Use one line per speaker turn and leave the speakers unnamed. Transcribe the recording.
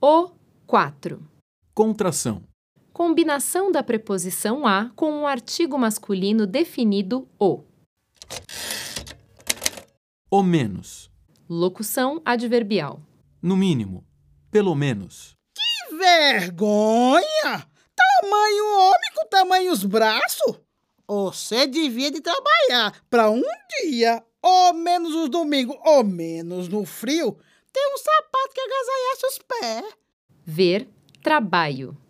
O 4.
Contração.
Combinação da preposição a com um artigo masculino definido o.
O menos.
Locução adverbial.
No mínimo. Pelo menos.
Vergonha! Tamanho homem com tamanhos braços! Você devia de trabalhar para um dia, ou menos os domingos, ou menos no frio, ter um sapato que agasalhasse os pés.
Ver trabalho.